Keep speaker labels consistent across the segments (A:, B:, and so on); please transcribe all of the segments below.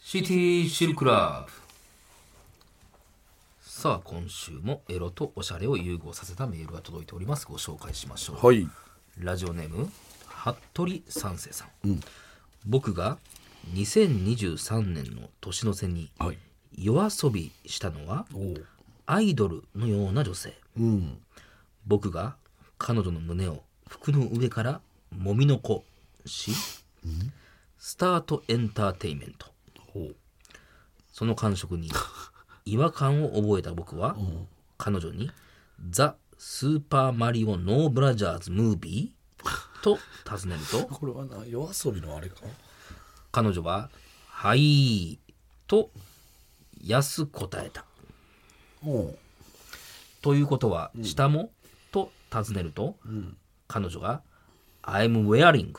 A: シティシルクラブさあ今週もエロとおしゃれを融合させたメールが届いておりますご紹介しましょう、
B: はい。
A: ラジオネーム服部三世さん、僕が2023年の年の瀬に
B: はい。
A: 夜遊びしたのはアイドルのような女性、
B: うん。
A: 僕が彼女の胸を服の上からもみのこし、スタートエンターテインメントその感触に違和感を覚えた僕は、彼女に「ザ・スーパーマリオ・ノー・ブラジャーズ・ムービー」と尋ねると
B: これはな、夜遊びのあれか
A: 彼女は「はい」と安答えた。
B: おう
A: ということは下も、と尋ねると、彼女が「I'm wearing」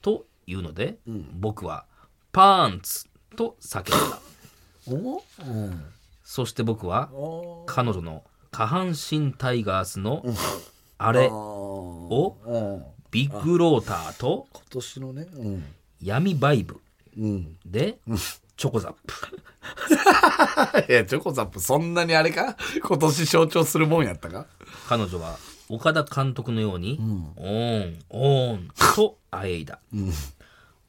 A: と言うので、僕は「パンツ」と叫んだ
B: おうん。
A: そして僕は
B: お
A: 彼女の下半身タイガースの「あれ」
B: お
A: を
B: うん。
A: ビッグローターと
B: 今年のね。うん。
A: 闇バイブ
B: うん。
A: でチョコザップ
B: いや、チョコザップ、そんなにあれか 今年象徴するもんやったか
A: 彼女は岡田監督のように「オーンオーン」とあえいだ、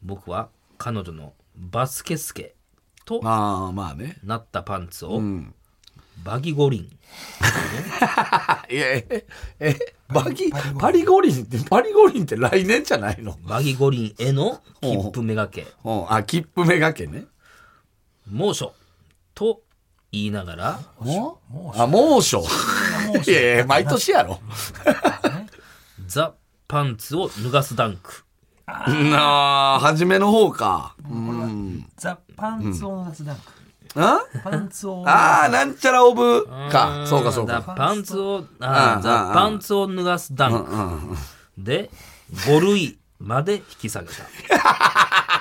A: 僕は彼女の「バスケスケ」と
B: ああ、まあね。
A: なったパンツを
B: ん
A: バギ五輪
B: いや、え、え、バギ、パリ五輪って、パリ五輪って来年じゃないの
A: バギ五輪への切符めがけ
B: うん。あ、切符めがけね。
A: 猛暑と言いながら
B: もあ、猛暑。いやいや、毎年やろ。
A: ザ・パンツを脱がすダンク
B: なあ、初めの方か。うん。
C: ザ・パンツ・オン・アス・ダンク。
B: あ
C: パンツ・オン・ア
B: あー、なんちゃらオブか。そうか、そう
A: ザ・
B: か。
A: パンツをあ
B: う
A: ー
B: ん
A: ザ・パンツを脱がすダンク
B: うん。
A: で5類まで引き下げた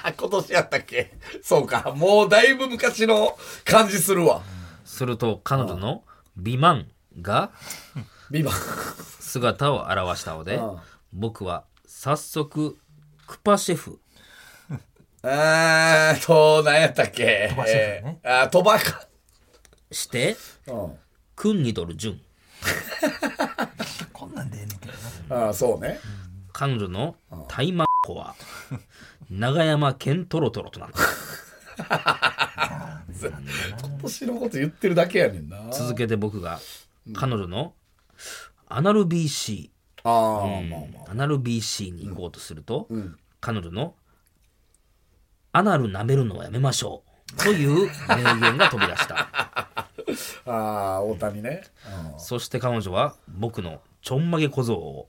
B: あ、今年やったっけそうか。もうだいぶ昔の感じするわ。
A: すると彼女の美満が
B: ビバン。
A: 姿を現したので
B: うん
A: 僕は早速クパシェフ
B: あーと、何やったっけ
C: ばシェフね
B: えーあ、飛ばか。
A: して
B: うん。
A: クンニドルジュン
C: ン。こんなんでええねんけどな。
B: あーそうね。
A: 彼女のタイマー子は長山健トロトロとなった
B: 今年のこと言ってるだけやねんな。
A: 続けて僕が彼女のアナル BC
B: あー、まあまあ。
A: アナル BC に行こうとすると、彼女のアナル舐めるのはやめましょうという名言が飛び出した
B: ああ、大谷ね。
A: そして彼女は僕のちょんまげ小僧を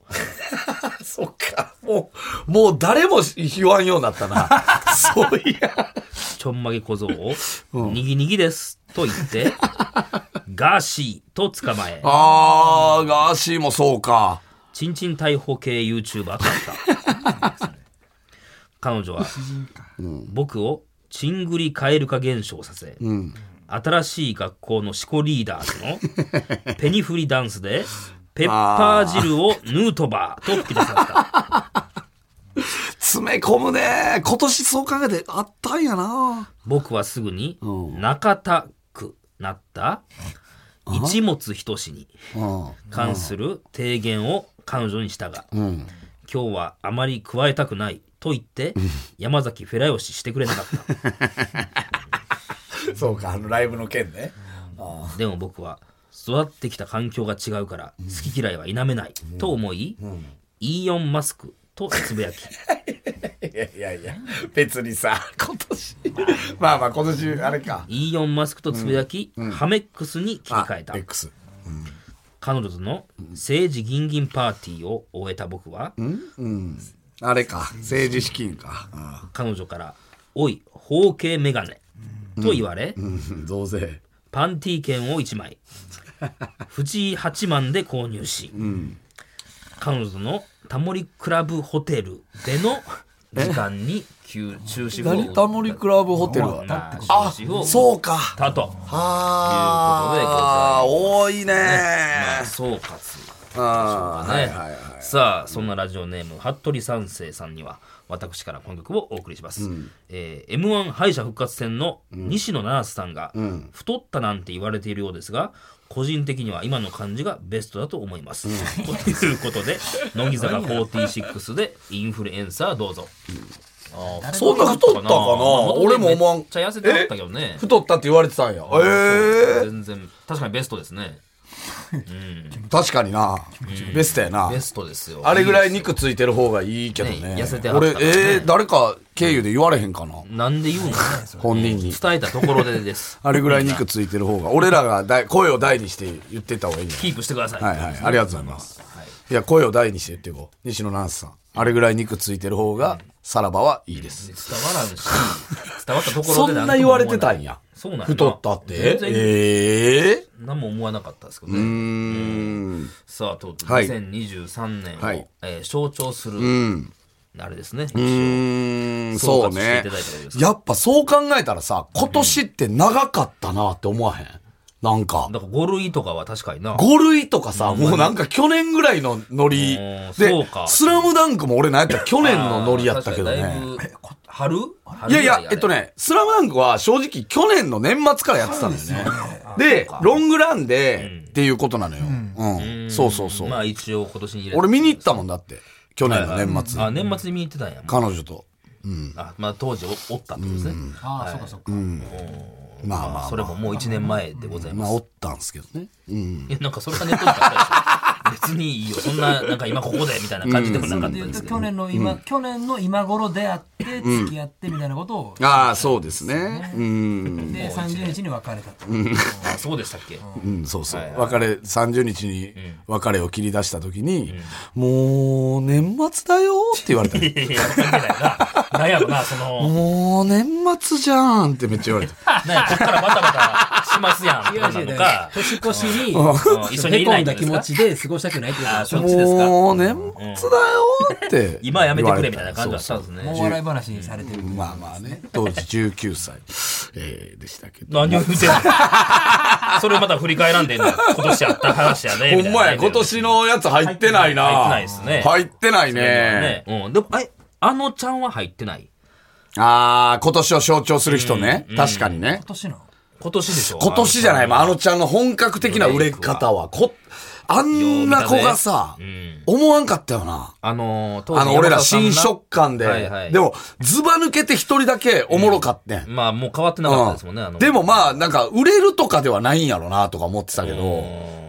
B: あそっか。もう、もう誰も言わんようになった な。そういや。
A: ちょんまげ小僧を「にぎにぎです」と言ってガーシーと捕 まえ
B: ああ、ガーシーもそうか。
A: ちんちん逮捕系 YouTuber となった彼女は僕をちんぐり蛙化現象させ、新しい学校のシコリーダーズのペニフリダンスでペッパー汁をヌートバーと吹き出させた
B: 詰め込むね。今年そう考えてあったんやな。
A: 僕はすぐに中田区なった一物等しに
B: う
A: 関する提言を彼女にしたが、
B: ん。うん。
A: 今日はあまり加えたくないと言って山崎フェラヨシしてくれなかった
B: そうか、あのライブの件ね。
A: でも僕は育ってきた環境が違うから好き嫌いは否めないと思い、イーヨン・マスクとつぶやき
B: いやいやいや、別にさ、今年。まあまあ、今年、あれか。
A: イーヨン・マスクとつぶやき、ハメックスに切り替えた
B: あ X。
A: 彼女との政治ギンギンパーティーを終えた僕は、
B: あれか、政治資金か。
A: 彼女から「おい包茎メガネ」と言われ、
B: うん、増税。
A: パンティー券を1枚藤井八幡で購入し、彼女のタモリクラブホテルでの時間に休中止符
B: 何タモリクラブホテル
A: を
B: は
A: な
B: あ、
A: 中止符を打
B: そうか。
A: ったと
B: ああ、多いね。
A: 総括
B: ああ、はいはいはい。
A: さあそんなラジオネーム、服部三世さんには私からこの曲をお送りします、え m 1敗者復活戦の西野七瀬さんが、太ったなんて言われているようですが個人的には今の感じがベストだと思います、ということで乃木坂46でインフルエンサーどうぞ、あー
B: そんな太ったかな俺も思わ
A: め
B: ん
A: っ。ちゃ痩せてあったけどね
B: 太ったって言われてたんや。ええ
A: 全然確かにベストですね
B: 確かにな。ベストやな。
A: ベストですよ
B: あれぐらい
A: ですよ
B: 肉ついてる方がいいけどね。
A: ね痩せてはった
B: 俺
A: から、ね
B: えー、誰か経由で言われへんかな。
A: なんで言うの
B: 本人に。
A: 伝えたところでです
B: あれぐらい肉ついてる方が。俺らが大声を大にして言ってた方がいいんじゃ
A: キープしてください、
B: ないはいはい。ありがとうございます。
A: はい
B: いや、声を大にして言っていこう。西野七瀬さん。あれぐらい肉ついてる方が、さらばはいいです。
A: 伝わらんし伝わったところ
B: そ
A: で
B: ん
A: とも思わ
B: な言われてたんや。
A: そうなんや
B: 太ったって
A: 全。然
B: ええ
A: 何も思わなかったですけど
B: う
A: ね
B: ーん。
A: さあということ
B: はい
A: で2023年を、
B: はい
A: えー象徴する、
B: うん。
A: あれですね
B: うーん、
A: 総
B: そう
A: 括してい
B: ね
A: ただいたらいいです。か
B: やっぱそう考えたらさ、今年って長かったなって思わへん。なんか。
A: だから5類とかは確かにな
B: 5類とかさ、もうなんか去年ぐらいのノリ。
A: うん
B: で
A: そう、か
B: スラムダンクも俺なんやったら去年のノリやったけど
A: あー確か
B: ね。
A: にだいぶ春春
B: いやい
A: ぐら
B: や
A: だ、
B: えっとね、スラムダンクは正直去年の年末からやってたんだよね。で、ロングランで、っていうことなのよ。うん。そうそうそう。
A: まあ一応今年に入れて
B: 俺見に行ったもんだって。去年の年末。
A: あ年末に見に行ってたんや
B: 彼女と。
A: あまあ当時おおったってことですね
C: ああ、そうかそうか。
B: まあまあ
A: まあそれももう1年前でございま
B: まあ、
A: す
B: おったんすけどね。うん。
A: いやなんかそれがネットだったでしょ別にいいよそんななんか今ここでみたいな感じでもなかった
C: で
A: んですけど、
C: 去年の今、去年の今頃出会って、付き合ってみたいなことを、
B: ああ、そうですね。うん。
C: で、30日に別れたと。
A: あそうでしたっけ、
B: うん、そうそう
A: はいは。い
B: 別れ、30日に別れを切り出した時に、もう、年末だよって言われ たの。
A: いや関係ないななんやろな その
B: もう、年末じゃんってめっちゃ言わ れた。
A: なんやこっからバタバタしますやんとかなのか
D: 年越しに、
A: うん一緒にい
D: へ
A: な
D: こ
A: い
D: ん
A: ん
D: だ
A: ですか
D: 気持ちで過ごしたくないってこと
A: あ
D: でしょ
A: そっちですか
B: もう、年末だよって。
A: 今はやめてくれみたいな感じだったんです
C: も
A: ね
C: う笑い話にされてる。
B: まあまあね、当時19歳、えーでしたけど。
A: 何を言ってんのそれをまた振り返らんでんの今年あった話やね
B: ほ
A: みた
B: ん
A: いな
B: まや、今年のやつ入ってないな。
A: 入ってないですね
B: 入ってないね
A: ね。うん、でもえあのちゃんは入ってない
B: ああ、今年を象徴する人ね。確かにね
C: 今。年の。
A: 今年でしょ
B: 今年じゃない、まあ、あのちゃんの本格的な売れ
A: ブレイ
B: 方は、こ、あんな子がさ、
A: うん
B: 思わんかったよな。
A: あのー当時
B: あの、俺ら
A: 山田さんが
B: 新食感で、
A: はいはい
B: でも、ズバ抜けて一人だけおもろかってん。うん
A: まあもう変わってなかったですもんね、あの
B: でもまあ、なんか、売れるとかではないんやろな、とか思ってたけど、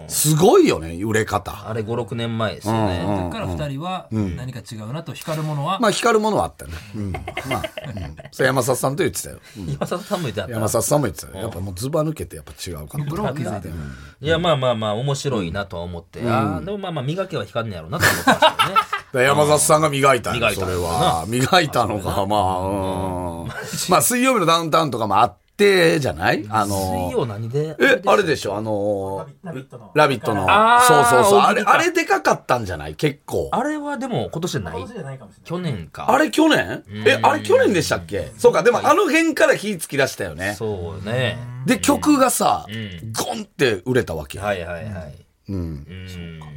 B: すごいよね、売れ方。
A: あれ56年前ですよね、
C: そこから二人は何か違うなと光るものは、
B: まあ、光るものはあったね。うん。まあ、うん。それ山里さんと言ってたよ。うん
A: 山里さんも言ってはった
B: 山里さんも言ってたよ。やっぱもうズバ抜けて、やっぱ違うかな。
C: ブロー気づいてる。
A: いやまあまあまあ面白いなとは思って、あーでもまあまあ磨けは光んねやろうなと思ってましたけどね
B: だから山里さんが磨いたん
A: 磨
B: や
A: いた
B: そ
A: んや
B: れは。磨いたのか、まあ、うん。まあ、水曜日のダウンタウンとかもあって、じゃないあ
A: 水
B: の、
A: 曜何で
B: え、あれでしょあの、
E: あ
B: ラビットの、
A: あ
B: そう
A: ー
B: そうそう、あれ、
A: 大
B: あれ
A: 喜利か
B: でかかったんじゃない結構。
A: あれはでも今年じゃない
E: じゃないかもしれない。
A: 去年か
B: あれ去年え、あれ去年でしたっけそうか、でもあの辺から火つき出したよね。
A: そうね
B: で、曲がさ
A: ん、
B: ゴンって売れたわけ。
A: はいはいはい
B: うん。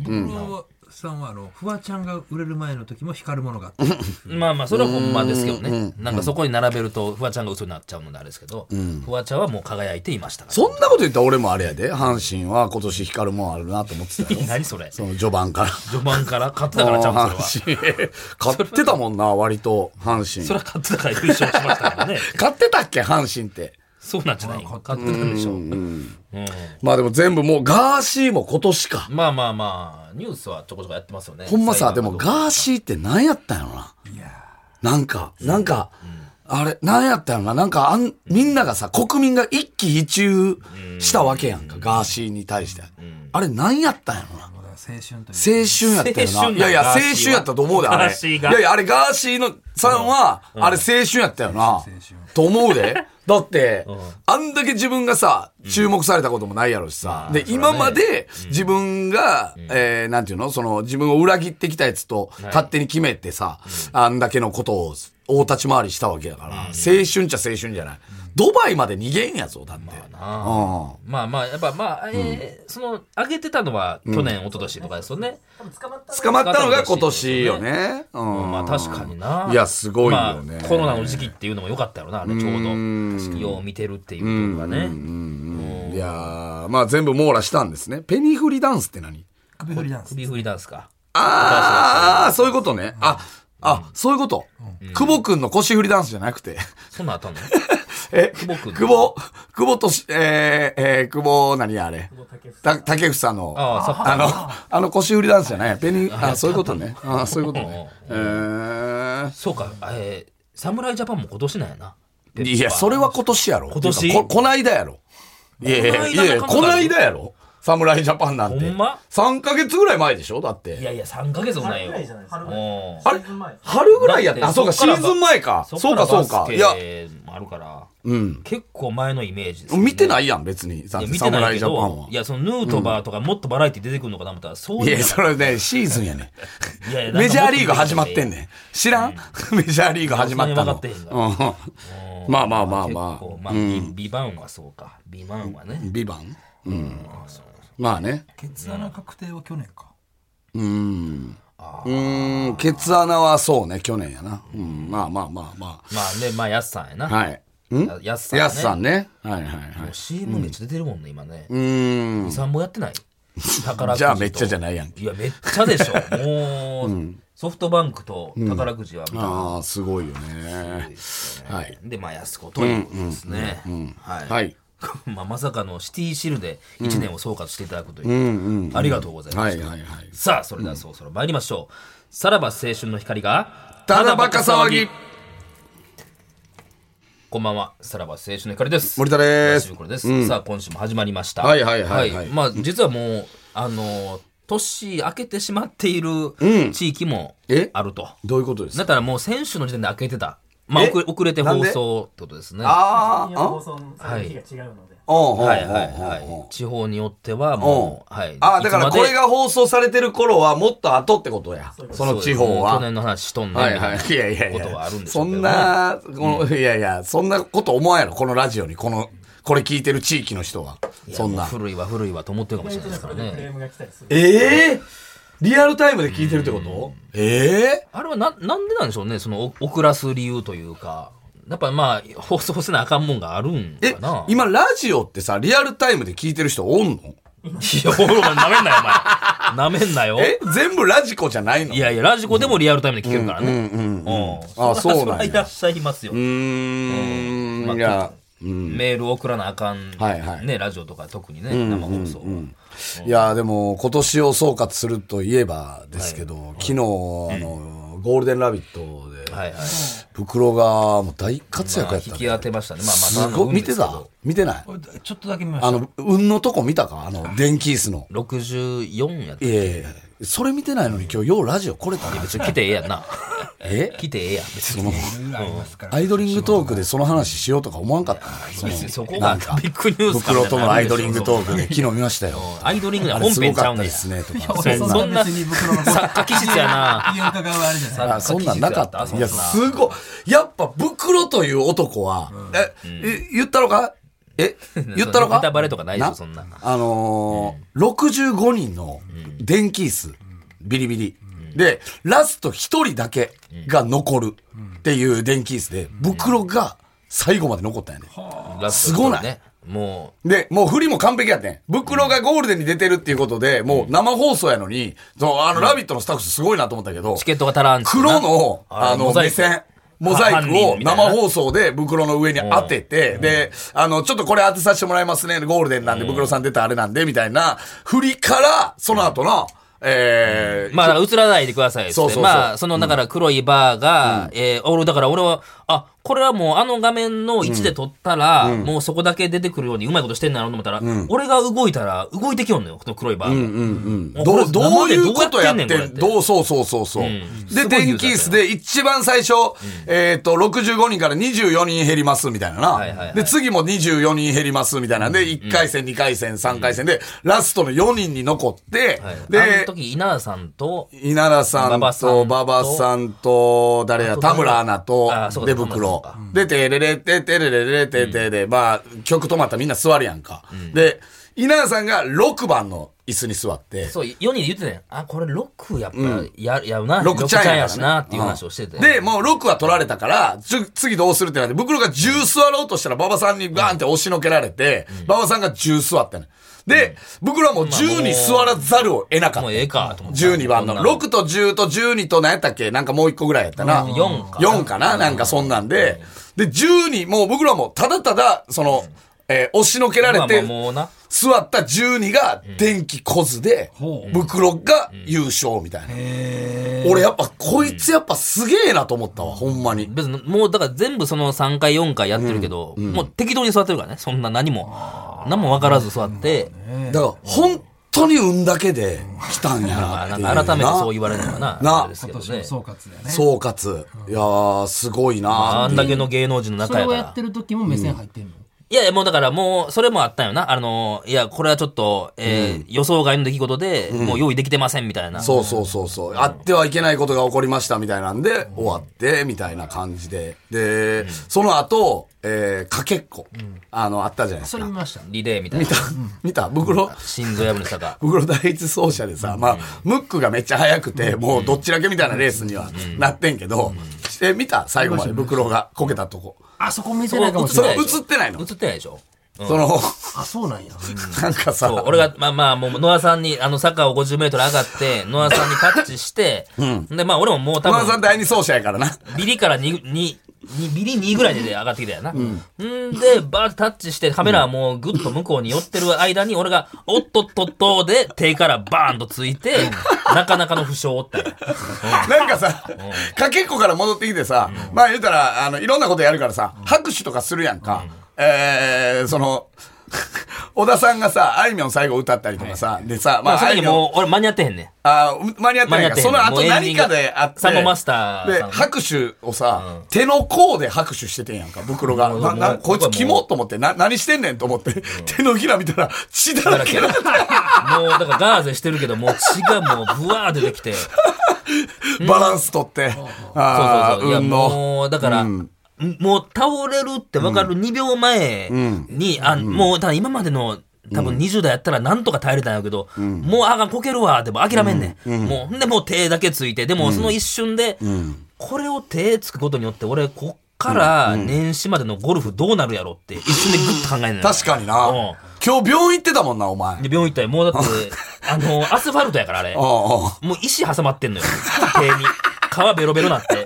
A: うん
C: ブローさんはあのフワちゃんが売れる前の時も光るものがあって
A: まあまあそれはほんまですけどねなんかそこに並べるとフワちゃんが嘘になっちゃうのであれですけど、フワちゃんはもう輝いていましたから。
B: そんなこと言ったら俺もあれやで。阪神は今年光るもんあるなと思ってたよ
A: 何それ
B: その序盤から。
A: 序盤から勝ってたからちゃうんそれは
B: 阪神。勝ってたもんな、割と、阪神
A: そ。れは勝ってたから優勝しましたから ね
B: 勝ってたっけ、阪神って。
A: そうなんじゃない勝ってたんでしょううん
B: まあでも全部もう、ガーシーも今年か。
A: まあまあまあ、ニュースはちょこちょこやってますよね。
B: ほんまさ、で
A: 裁判
B: も
A: の
B: ガーシーって何やったんやろな。なんか、なんか、あれ、何やったんやろな。なんかあん、みんながさ、国民が一喜一憂したわけやんか、ガーシーに対して。あれ何やったんやろな。
C: 青春という
B: 青春やったよ
A: 青春な
B: な。
A: ん
B: いやいや、
A: ガ
B: 青
A: ーシーは
B: 春やったと思うで、あ
A: ガー
B: れ。
A: シ
B: い
A: ーが
B: やいや、あれガーシーのさんは、あれ青春やったよな。と思うで。だって、あんだけ自分がさ、注目されたこともないやろしさ。で、今まで自分が、えー、なんていうのその、自分を裏切ってきたやつと勝手に決めてさ、あんだけのことを大立ち回りしたわけやから、青春っちゃ青春じゃない。ドバイまで逃げんやぞ、だって。
A: なあまあまあ、やっぱまあ、えーその、上げてたのは去年、一昨年とかですよね。
B: 捕まったのが今年よね。うん
A: まあ確かにな。
B: いや、すごいよね
A: ま。あコロナの時期っていうのも良かったよな、あれちょうど。よう見てるっていうのがね。
B: いやーまあ全部網羅したんですね。ペニフリダンスって何
C: 首振りダンス。
A: 首振りダンスか。
B: ああ、そういうことね。あ、あ、そういうこと。久保くんの腰振りダンスじゃなくて。
A: そんなん あったの
B: え、
A: 久保くん
B: 久保、久保とし、えー、えー、久保、何やあれ。た竹房の、
A: あーサッカー
B: あの、あの腰振りダンスじゃない。ペニ、あ、そういうことね。あーそういうことね。えー
A: そうか、えー、侍ジャパンも今年なんやな。
B: いや、それは今年やろ。
A: 今年
B: ていうかこ、こないだやろ。いやいやいやいや、こ
A: こ
B: な
A: ないい
B: だやろ。侍ジャパンなんて。
A: ほんま
B: ?3 ヶ月ぐらい前でしょだって。
A: いやいや、3ヶ月もないよ。うん
B: あれ春ぐらいやった。
A: だ
B: あ、
A: って
B: そうか、シ
A: そっから
B: ーズン前か。そうか、そうか。いや、
A: もあるから、
B: うん。
A: 結構前のイメージですよね、
B: 見てないやん、別に。
A: い
B: さ
A: や見てない
B: 侍
A: け
B: ジャパン
A: ど
B: は、
A: い。や、そのヌートバーとかもっとバラエティ出てくるのかなと思ったら、そう
B: い
A: じゃ
B: や、
A: な
B: それね、シーズンやね。
A: いやいや
B: メジャーリーグ始まってんねん。知らん メジャーリーグ始まった
A: そんな
B: の
A: に分かってへんか。
B: うんまあまあまあ
A: 結
B: ま
A: 構、
B: あ。
A: まあ、ビビバンはそうか。ビバンはね。
B: ビバンうん。まあね。
C: ケツ穴確定は去年か。
B: うーん。うーん、ケツ穴はそうね、去年やな。うん、まあまあまあま
A: まあね、まあ、ヤスさんや
B: あ。
A: な。
B: はい。ん
A: やヤスさん、ね。
B: やすさんね。はいはいはい
A: もう。CM めっちゃ出てるもんね、今ね。
B: うーん。
A: 3本やってない宝くじ。
B: じゃあめっちゃじゃないやん
A: いや、めっちゃ でしょ。もう、ソフトバンクと宝くじは、
B: ああ、すごいよね。はい。
A: で、まあ、安子ということですね。はい。
B: はい。
A: まあ、まさかのシティシルで1年を総括していただくという、
B: うん
A: ありがとうございま
B: は
A: す、
B: いはいはい。
A: さあそれではそろそろ参りましょう、さらば青春の光が
B: ただバカ騒ぎ。
A: こんばんはさらば青春の光です
B: 森田で
A: 林
B: す
A: 裕。子です、さあ今週も始まりました
B: はいはいはいはい
A: まあ実はもうあの年明けてしまっている地域も
B: え
A: あると、
B: どういうことです
A: だ
B: か
A: ったらもう先週の時点で明けてたまあ
B: え
A: 遅れ遅れて
B: なん
A: 放
B: で
A: 送ってことですね
B: ああ、あ
A: はい
B: おうおうおうおうおう
A: はいはいはい地方によってはもう、はい
B: ああ、だからこれ
A: いつまで
B: が放送されてる頃はもっと後ってことや。その地方
A: そうですね去
B: は。
A: 年の話しとんねん
B: はいはい
A: みた。
B: いやいやい
A: ことはあ
B: や
A: るん。でしょ
B: そう
A: けどね
B: んな、この、いやいや、そんなこと思わんやろ、このラジオに、この、これ聞いてる地域の人は。
A: や
B: そん
A: もう
B: な。
A: 古いは古いはと思ってるかもしれないですからね
B: ええリアルタイムで聞いてるってことええ
A: あれはななんでなんでしょうねそのお遅らす理由というかやっぱまあ放送せなあかんもんがあるん
B: え
A: かな、
B: 今ラジオってさ、リアルタイムで聞いてる人おんの
A: いやおいお前なめんなよお前なめんなよ
B: え全部ラジコじゃないの
A: いやいやラジコでもリアルタイムで聞けるからねうん
B: あそうなんや
A: そらいらっしゃいますよ、
B: うー
A: まあ
B: ん、いや、
A: メール送らなあかん、
B: はいはい
A: ねラジオとか特にね生放送は、
B: いや、でも、今年を総括するといえばですけど、昨日、あの、ゴールデンラビットで、
A: はいはい、
B: 袋がもう大活躍
A: まあ
B: やっ
A: 引
B: た
A: き
B: ね。
A: 当てましたねまあまあ
B: すごい、見てた見てない
C: 俺ちょっとだけ見まし
B: あ
C: た。
B: の、運のとこ見たかあの、電気椅子の。
A: 64やった
B: いやいやそれ見てないのに今日、ようラジオ来れたな。
A: 別に来てええやんな
B: え
A: 来てええやん別に
C: いろいろありますから
B: アイドリングトークでその話しようとか思わんかった
A: 別にそこ
B: な
A: が
B: んか
A: ビッグニュースかみ
B: 袋
A: た
B: と
A: いな
B: のアイドリングトー
A: ク
B: クで昨日見ましたよ。
A: アイドリング
B: あ
A: が
B: れ
A: 本
B: すご
A: 編ちゃ
B: か
A: う
B: っ
A: ん
B: た
A: だ
B: で
A: よ
B: すねとか。
A: そんなそんな
C: 別に袋の
A: 作家気質や な
C: 家を伺うあれじゃない
B: あ、そんなんなかった。いや、すごい。やっぱ、袋という男は、え、え言ったのかえ、 言ったのか
A: ネタバレとかないでしょそんな
B: あのー、65人の電気椅子、ビリビリ。で、ラスト1人だけが残るっていう電気椅子で、袋が最後まで残ったんやね。
A: ラスト
B: すごない
A: ねも
B: で、もう振りも完璧やってん。袋がゴールデンに出てるっていうことで、もう生放送やのに、そう、あの、ラビットのスタッフすごいなと思ったけど
A: うチ、ケットが足らんっつってな
B: 黒の、あの、
A: モザイ
B: 目
A: ク
B: 線。モザイクを生放送で袋の上に当てて、で、あの、ちょっとこれ当てさせてもらいますね、ゴールデンなんで、袋さん出たあれなんで、みたいな、振りから、その後の、えー、
A: まあ、だから映らないでくださいっつって。
B: そうそうそう
A: まあ、その、だから黒いバーが、えー俺、だから俺は、あ、これはもうあの画面の位置で撮ったら、もうそこだけ出てくるようにうまいことしてんだろうと思ったら、俺が動いたら動いてきよんのよ、この黒いバーが。もこ
B: ど
A: れ
B: う、どういうことやってん
A: 生でどうやってんねんこれって
B: どう、そうそうそうそう。
A: す
B: で、
A: ごいニュ
B: 電
A: ースだ
B: 気椅子で
A: ったよ
B: 一番最初、えっと、65人から24人減ります、みたいなな、
A: いはいはい
B: で、次も24人減ります、みたいなんで、1回戦、2回戦、3回戦で、ラストの4人に残って、
A: はいあの
B: で、
A: 時、稲田さんと、
B: 稲田さん
A: 馬場さん
B: と、
A: と
B: 馬場さんと、誰や、
A: あと
B: 田村アナと
A: あそう、か
B: デ
A: 田村さ
B: そ
A: ん
B: う。で、てれれ、ててれれれ、ててれ、まあ、曲止まったらみんな座るやんか。で、稲田さんが6番の椅子に座って、
A: そう、4人で言ってたやん。あ、これ6やっぱ、や、やるな。
B: 6ちゃんや,、
A: 六しなっていう話をしてて。
B: うんで、もう6は取られたから、ちょ次どうするってなって、袋が10座ろうとしたら、馬場さんにバーンって押しのけられて、馬場さんが10座ったの。で、袋はもう10に座らざるを得なかった
A: もう。ええかと思って。
B: 12番の。6と10と12と何やったっけなんかもう1個ぐらいやったな。
A: うん4か
B: 4かななんかそんなんで。で、12、もう僕らもただただ、その、えー押しのけられ
A: まあまあ
B: て、
A: もうな。
B: 座った12が電気こずで、袋が優勝みたいな。俺やっぱ、こいつやっぱすげえなと思ったわ、ほんまに。
A: 別に、もうだから全部その3回4回やってるけど、もう適当に座ってるからね。そんな何も、何も分からず座って、
B: だから、本当に運だけで来たんや
A: まあ
B: なって
A: なん
B: いう
A: か
B: な。
A: 改めてそう言われるのはな、
B: な
A: あれですけ
C: 今
A: ど
C: 年の
A: ね。
C: 総括だよね。
B: 総括。いやー、すごいなー
A: あん
B: って
A: だ
B: いう
A: けの芸能人の
D: そ
A: 中
D: れ
A: や
D: を
A: か
D: や
A: ら
D: って。る時も目線入ってんの、
A: いやいや、もうだからもう、それもあったよな。あの、いや、これはちょっと、えー予想外の出来事で、もう用意できてませんみたいな。
B: そうそうそうそう。あってはいけないことが起こりましたみたいなんで、終わって、みたいな感じで。で、その後、えー、かけっこ。あの、あったじゃないです
D: それ見
B: か。
D: ました
A: リレーみたいな。
B: 見た袋
A: 心臓破りしたか。
B: 袋第一走者でさ、まあ、ムックがめっちゃ速くて、もうどっちだけみたいなレースにはなってんけど、え、見た最後まで袋がこけたとこ。
D: あそこ見てないかもし
B: そ
D: れ
B: れ
D: ない
B: 映ってないの
A: 映ってないでしょ
B: その、
D: あそうなんや
B: なんかさ
A: そう、、俺が、まあまあ、もう、野田さんに、あの、坂を50メートル上がって、野田さんにタッチして、で、まあ、俺ももう多
B: 熊田さん
A: 分、
B: 第二走者やからな。
A: ビリから2、2、にビリ2ぐらいで上がってきたやな。んで、バーってタッチして、カメラはもうぐっと向こうに寄ってる間に、俺が、おっとっとっとで、手からバーンとついて、なかなかの負傷を負ったんや
B: なんかさ、かけっこから戻ってきてさ、まあ言うたら、あの、いろんなことやるからさ、拍手とかするやんか。えー、その、 小田さんがさ、あいみょん最後歌ったりとかさ、でさ、
A: ま
B: ま
A: あ、
B: あ、
A: そ
B: あ
A: の
B: い
A: 時
B: みょん、
A: もう、俺間に合ってへんねん。
B: あー間に合ってない
A: 間に合っ
B: から、
A: てへん
B: その後
A: もうエンディン
B: 何
A: グ
B: かであって、
A: サンボマスターさん
B: で、
A: の
B: 拍手をさ、手の甲で拍手しててんやんか、袋が。
A: もう
B: なな
A: もう
B: こい
A: も
B: つ
A: う
B: キモと思って、な、何してんねんと思って、手のひら見たら、血だらけだった。
A: もう、だからガーゼしてるけど、もう血がもう、ぶわー出てきて。
B: バランス取って、
A: そう
B: あー
A: そうそう。いや、
B: 運の。
A: もう、だから、もう倒れるって分かる2秒前に、あもう、ただ今までの、多分20代やったらなんとか耐えれたんやけど、もうあがんこけるわ、でも諦めんね、ん。もう、ほんでもう手だけついて、でもその一瞬で、これを手つくことによって、俺、こっから年始までのゴルフどうなるやろって、一瞬でグッと考えんねん
B: 確かにな
A: うん。
B: 今日病院行ってたもんな、お前。
A: で、病院行ったら、もうだって、あの、アスファルトやから、あれ。
B: うんうん
A: もう石挟まってんのよ。手 に。皮ベロベロなって。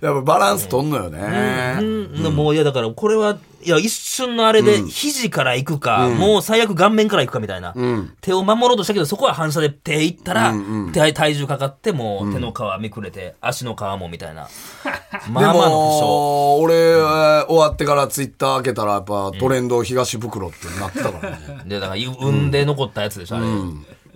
B: やっぱバランス取んのよ
A: う
B: ね。
A: んもういやだからこれはいや一瞬のあれで肘から行くか、もう最悪顔面から行くかみたいな、手を守ろうとしたけどそこは反射で手行ったら、手体重かかってもう手の皮めくれて、足の皮もみ たいな
B: で
A: まあまあの
B: も、俺、終わってからツイッター開けたら、やっぱトレンド東袋ってなってたからね。
A: 負傷でだから運で残ったやつでしょあれ、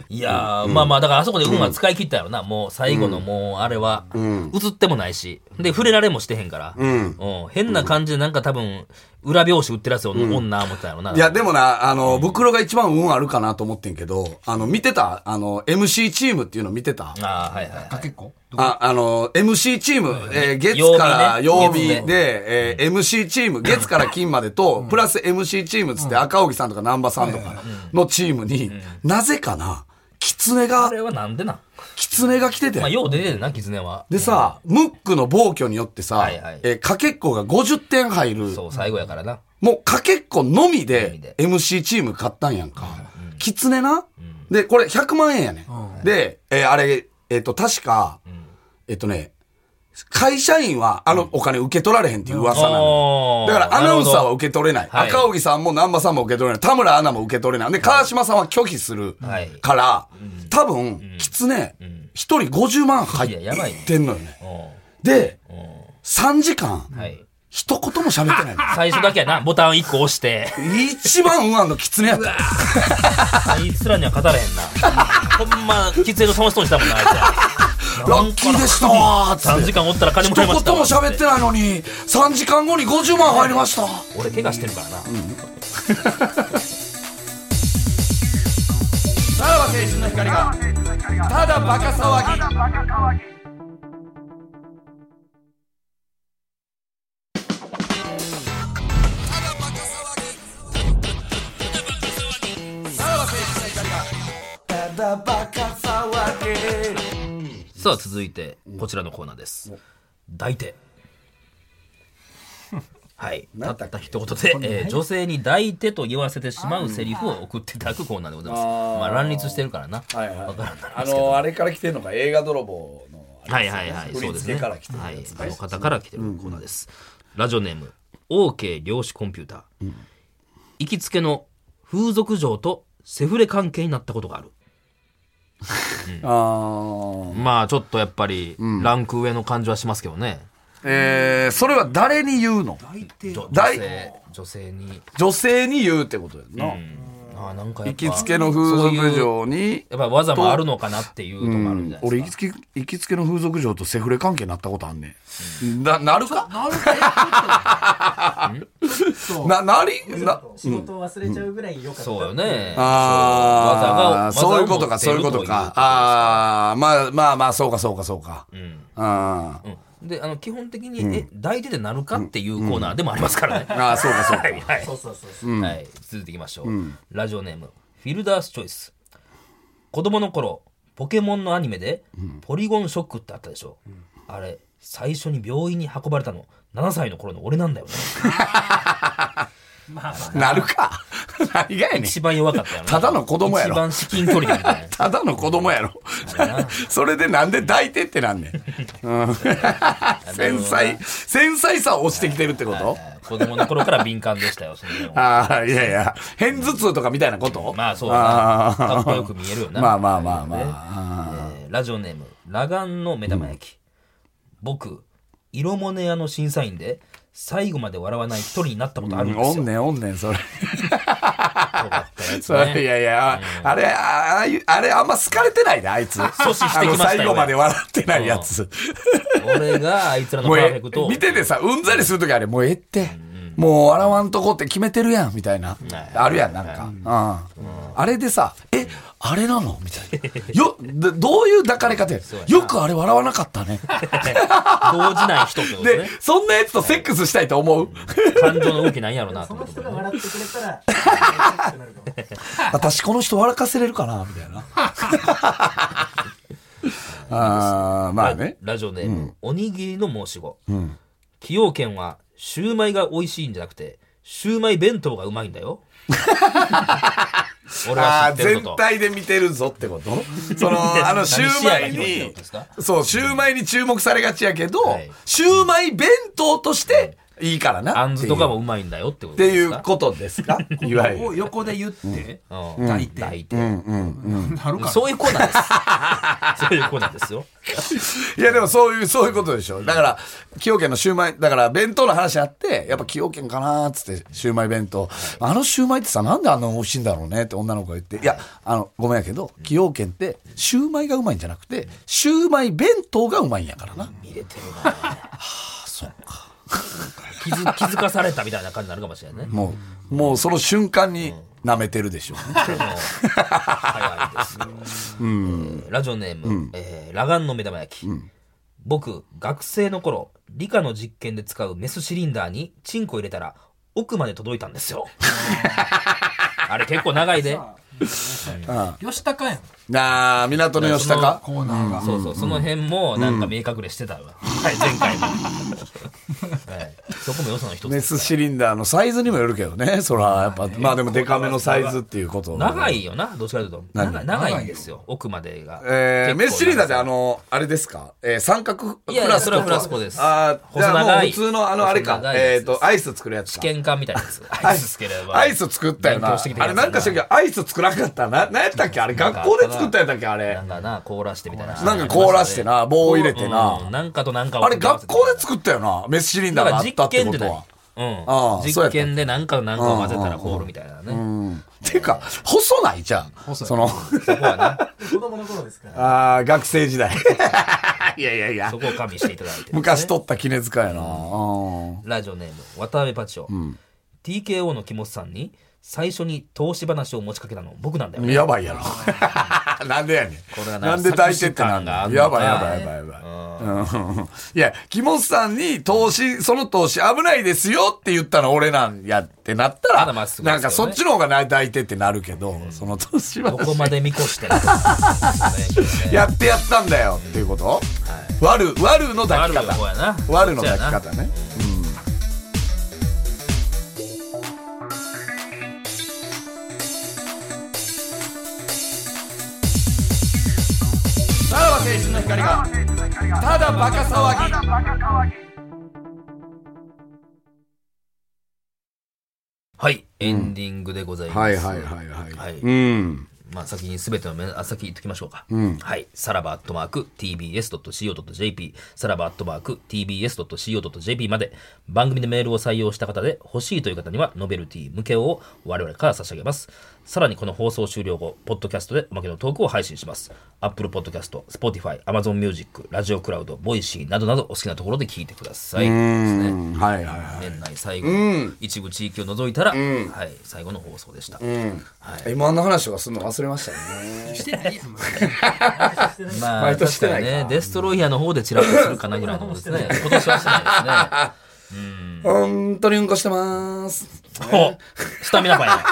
A: いやー、まあまあだからあそこで運は使い切ったよな、もう最後のもうあれは、映ってもないしで触れられもしてへんから、うん変な感じでなんか多分裏表紙売ってるやつを女思ってたよな、
B: いや、でもな、あの、袋が一番運あるかなと思ってんけど、あの、見てたあの、MC チームっていうの見てた
A: あーはいはいはい
C: かけっこ
B: あ、あの、MC チーム、えー月
A: 曜日ね
B: から曜日
A: 月ね
B: で、えー MC チーム、月から金までと、プラス MC チームっつって赤荻さんとか南波さんとかのチームに、なぜかな、狐が
A: あ、れはなんでなん
B: 狐が来てて
A: まあ、。よう出てるな、キツネは。
B: でさ、ムックの暴挙によってさ、
A: はいはい
B: えーかけっこが50点入る。
A: そう、最後やからな。
B: もうかけっこのみ
A: み
B: で
A: で
B: MC チーム買ったんやんか。きつねな、で、これ100万円やね、ん。で、えーあれ、えっ、と、確か、えっ、とね、会社員はあのお金受け取られへんっていう噂なのよ。
A: おー
B: だからアナウンサーは受け取れない。
A: はい
B: 赤荻さんも南波さんも受け取れない。田村アナも受け取れない。で、川島さんは拒否する
A: はい
B: から、多分、きつね、一人50万入
A: いややばいね
B: ってんのよね。
A: う
B: で、
A: ん。う
B: 3時間、
A: ん。はい。
B: 一言も喋ってないの。
A: 最初だけやな、ボタン1個押して。
B: 一番運あんの狐やった。
A: あいつらには勝たれ へんな。ほんま、キツネの楽しそうにしたもんな、あいつら。
B: ラッキーでしたーっつ
A: 3
B: って
A: 時間おったら金
B: 一
A: もらえました
B: 言
A: わ。
B: も喋ってないのに、3時間後に50万入りました。
A: 俺、怪我してるからな。
B: さらば青春の光が、ただバカ騒ぎ。
A: さあ続いてこちらのコーナーです抱 いてはいた
B: なんだ
A: っ
B: ったけ
A: 一言で、えー女性に抱いてと言わせてしまうセリフを送っていただくコーナーでございます
B: あー
A: まあ乱立してるからな、
B: はいはい
A: わからんなり
B: あ
A: ますけど
B: のあれから来てるのが映画泥棒のあれ
A: はいはいはい、
B: 振
A: そう
B: り
A: です
B: 付
A: ね。
B: けから来てる
A: は
B: や
A: い
B: つ、
A: あの方から来てるコーナーです。ラジオネーム、OK 量子コンピューター。行きつけの風俗嬢とセフレ関係になったことがある。
B: あー
A: まあちょっとやっぱり、ランク上の感じはしますけどね。
B: えーそれは誰に言うの
C: 大抵
A: 女
B: だい
A: 性、女性に。
B: 女性に言うってことやんな、
A: ああ、なんかやっ
B: 行
A: ぱ
B: きつけの風
A: そう
B: 俗
A: いう
B: 嬢に
A: やっぱ技もあるのかなっていうとこあるんじゃない
B: 俺
A: で
B: 行
A: す
B: き
A: か。
B: つけ行きつけの風俗嬢とセフレ関係になったことあんねんななるか
D: なるほ
B: ななりな
D: ど。仕事を忘れちゃうぐらい良かった。
A: そうよね。
B: ああ
A: そう
B: そう
A: 技が
B: いうことか
A: 技
B: そう
A: を
B: いう
A: 持
B: こ
A: っ
B: と
A: てる
B: かああまあまあまあそうかそうかそうか
A: うん
B: あー
A: うんであの基本的に、え抱いててなるかっていうコーナーでもありますからね。
B: あーそうかそう
A: はい
B: か
A: はい
D: そうそうそうそう。
A: はい、続いていきましょう、ラジオネームフィルダースチョイス子供の頃ポケモンのアニメでポリゴンショックってあったでしょ、あれ最初に病院に運ばれたの7歳の頃の 俺なんだよね
D: まあまあ、
B: なるか 何がやねん
A: 一番弱かったよね
B: ただの子供やろ
A: 一番至近距離でみた いな
B: ただの子供やろ
A: な
B: それでなんで抱いてってなんねん、 うん、 繊細繊細さを落ちてきてるってこと
A: 子供の頃から敏感でしたよその辺は
B: ああいやいや偏頭痛とかみたいなこと
A: まあそうだ
B: あ
A: な
B: ー
A: かっこよく見えるよな
B: まあまあまあま
A: ね
B: あ
A: えーラジオネーム「裸眼の目玉焼き」僕色モネ屋の審査員で最後まで笑わない一人になったことあるんですよ、
B: おんねんおんねんそれ
A: よかったやつ
B: それい
A: ね
B: やいや、あれああいうあれあんま好かれてないであいつ阻
A: 止してきましたよ
B: 最後まで笑ってないやつ、
A: 俺があいつら の
B: も
A: パ
B: う
A: ーフ
B: え
A: ェクトを
B: 見ててさうんざりするときあれもうええって、もう笑わんとこって決めてるやんみたいな、あるやんなんか、うんあれでさえあれなのみたいなよでどういう抱かれ方やよくあれ笑わなかったね
A: 動じない人ってこと
B: で
A: ね
B: そんなやつとセックスしたいと思う、
A: 感情の動きなんやろうなと
D: そ
A: 思
D: の
A: って
D: 人
A: こと
D: が
A: ね
D: 笑ってくれたら、嬉しくなるかも
B: 私この人笑かせれるかなみたい なあーまあね
A: ラジオネーム、おにぎりの申し子、崎陽軒はシューマイが美味しいんじゃなくてシューマイ弁当がうまいん だよ俺
B: ああー
A: は知ってる
B: 全
A: こと
B: 体で見てるぞってことそのあのシューマイにそうシューマイに注目されがちやけど、
A: はい
B: シューマイ弁当としていいからな
A: あ
B: っ
A: ん
B: て
A: ず
B: いう
A: とかもうまいんだよってこ
B: っ
A: と
B: て
A: で
B: い
A: すか
B: うことです かいわゆ
C: を
B: る
C: 横で言って
A: うん
C: 抱いて
A: 抱いて、
C: なるから
A: そういうコーナー ですそういうコーナーですよ
B: いやでもそういうそういうことでしょだから崎陽軒のシューマイだから弁当の話あってやっぱ崎陽軒かなーっつってシューマイ弁当あのシューマイってさなんであんな美味しいんだろうねって女の子が言っていやあのごめんやけど崎陽軒ってシューマイがうまいんじゃなくてシューマイ弁当がうまいんやからな
A: 見れてるな気づ気づかされたみたいな感じになるかもしれないね
B: もう、もうその瞬間に舐めてるでしょうね。
A: でも早いですよ、えーラジオネーム、えー、裸眼の目玉焼き、僕学生の頃理科の実験で使うメスシリンダーにチンコ入れたら奥まで届いたんで すよあれ結構長いで
C: 吉高やん
B: なあ、港の吉高
C: コーナーが
A: そうそう、その辺もなんか明確でしてたわ。はい、前 回も。はい、そこも良さの一つ
B: メ
A: で
B: ス
A: す。
B: シリンダーのサイズにもよるけどね。そら、やっぱ、まあでもデカめのサイズっていうこと。
A: 長
B: い。
A: いよな、どっちかというと。
B: 何
A: 長い長いんですよ、奥までが。
B: えー、メスシリンダーってあ
A: の、
B: の、あれですかえー、三角フ
A: いやいや
B: ラスコ
A: それはフラスコです
B: ああ、じゃあ
A: 細
B: もう
A: 長い
B: 普通のあの、あれか
A: 細。長いや
B: え
A: つで
B: っ
A: す
B: と、アイス作るやつ
A: 試
B: か。
A: 験管みたいなやつ。アイスつけれ ば。
B: アイス作ったよな。
A: 勉強してきた
B: あ
A: やつ
B: れ
A: やな
B: なんかしたけど、アイス作らなかったな。なんやったっけあれ、学校で作ったやったっけあれ
A: な。んかな、凍らしてみたいな。
B: なんか凍らしてな、棒を入れてな
A: う。ん。なんかとなんかを
B: あれ、学校で作ったよな。メスシリンダー
A: だか
B: があ
A: ら
B: っ
A: 実
B: たって
A: 験
B: こ
A: じゃ
B: と
A: ない
B: は。。
A: うん
B: ああそうやった
A: 実験で何かと何かを混ぜたら凍るみたいなね。
B: ていうか、細ないじゃん。その、
A: そこはな、
D: 子供の頃ですから。
B: あー学生時 代。いやいやいや
A: そ。こを加味していただいてですね。
B: 昔取った絹塚やな。うん
A: ラジオネーム渡辺パチオ、TKO の木本さんに最初に投資話を持ちかけたの僕なんだよね
B: やばいやろ。なんでやね
A: れは
B: ん。
A: な
B: なんで抱いてってなんだ
A: 搾取感があんの
B: や
A: か
B: ばいやばいやばいやばうんいや、木本さんに投資、その投資危ないですよって言ったの俺なんやってなった
A: ま
B: ら、
A: だまっすぐですけどね
B: なんかそっちの方が泣いてってなるけど、その投資は
A: どこまで見越してるか
B: やってやったんだよっていうこと、悪悪の抱き
A: 悪い
B: 方。
A: 方やな
B: 悪の抱
A: そっちや
B: き
A: な
B: 方ね。うんさらば青春の光がただバカ騒ぎ。
A: はいエンディングでございます、
B: はいはいはいはい。
A: はい
B: うん。
A: まあ、先にすべての面、あ、先言っときましょうか。
B: ん
A: はい。さらばアットマーク tbs.co.jp、さらばアットマーク tbs.co.jp まで、番組でメールを採用した方で欲しいという方には、ノベルティ向けを我々から差し上げます。さらにこの放送終了後、ポッドキャストでおまけのトークを配信します。Apple Podcast、Spotify、Amazon Music、ラジオクラウド、ボイシーなどなどお好きなところで聞いてください。ですね。
B: はいはいは
A: 年内最後、一部地域を除いたら、はい、最後の放送でした。
B: い。今の話とかするの忘れましたね。
A: まあ、
B: 毎年
A: 確
B: して
A: か
B: ない
A: に
B: か
A: ね、デストロイヤーの方でちらっとするかなぐらいのことですね。今年はしてない
B: 本当にうんこしてます。
A: ですね。 おスタミナパンやね。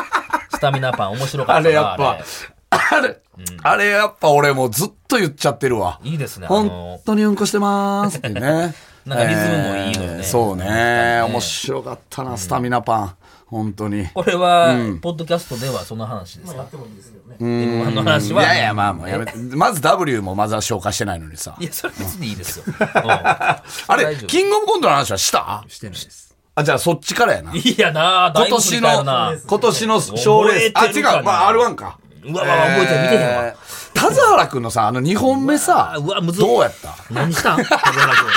A: スタミナパン面白か
B: あ
A: ったな。
B: れやっ
A: あ
B: ぱ
A: れ、
B: あれ、あれやっぱ俺もうずっと言っちゃってるわ。
A: いいですね。あ
B: 本
A: の、
B: 当にうんこしてますってね。
A: なんかリズムもいいのよね
B: えーそうね。面白かったな、スタミナパン。本当に。
A: これは、ポッドキャストではその話です
D: や
A: か
D: ってもいいですけどね。
A: ?M1 の話
B: い
A: は。
B: やいや、まあまあやめて。まず W もまずは消化してないのにさ
A: い。や、それは別にいいですよ。あ
B: あれ、キングオブコントの話はした
C: してないです。
B: あ、じゃあそっちからやな。
A: いやなあ
B: 今年
A: だいぶ振り返る
B: の
A: な、
B: 今年の賞レース。あ、
A: 覚えて
B: 違
A: るかな
B: う、まあ R1 か。
A: うわうわうわ覚えてる見てへんわ
B: えー田沢原くんのさ、あの2本目さ、
A: うわむずっ
B: どうやった
A: 何 したん田原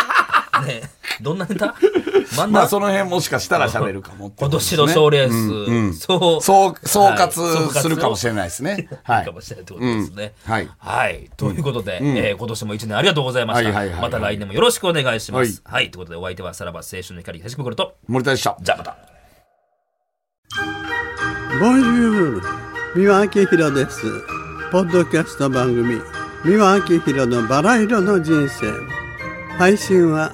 A: 君。ねえどんなネタ真ん
B: まあ
A: 中
B: その辺もしかしたら喋るかもってこ
A: 今
B: とです
A: 年
B: ね。
A: の賞レース、そう
B: そう、総
A: はい
B: 括するかもしれないですね。 はい
A: い
B: い
A: か。もしれないってことですね。
B: うんはい
A: ということで、えー今年も一年ありがとうございました。
B: はいはいはいはい
A: また来年もよろしくお願いします。はい、ということで、お相手はさらば青春の光、東袋と、
B: 森田でした。
A: じゃあまた。
E: ボンジュール三輪明宏ですポッドキャスト番組三輪明宏のバラ色の人生配信は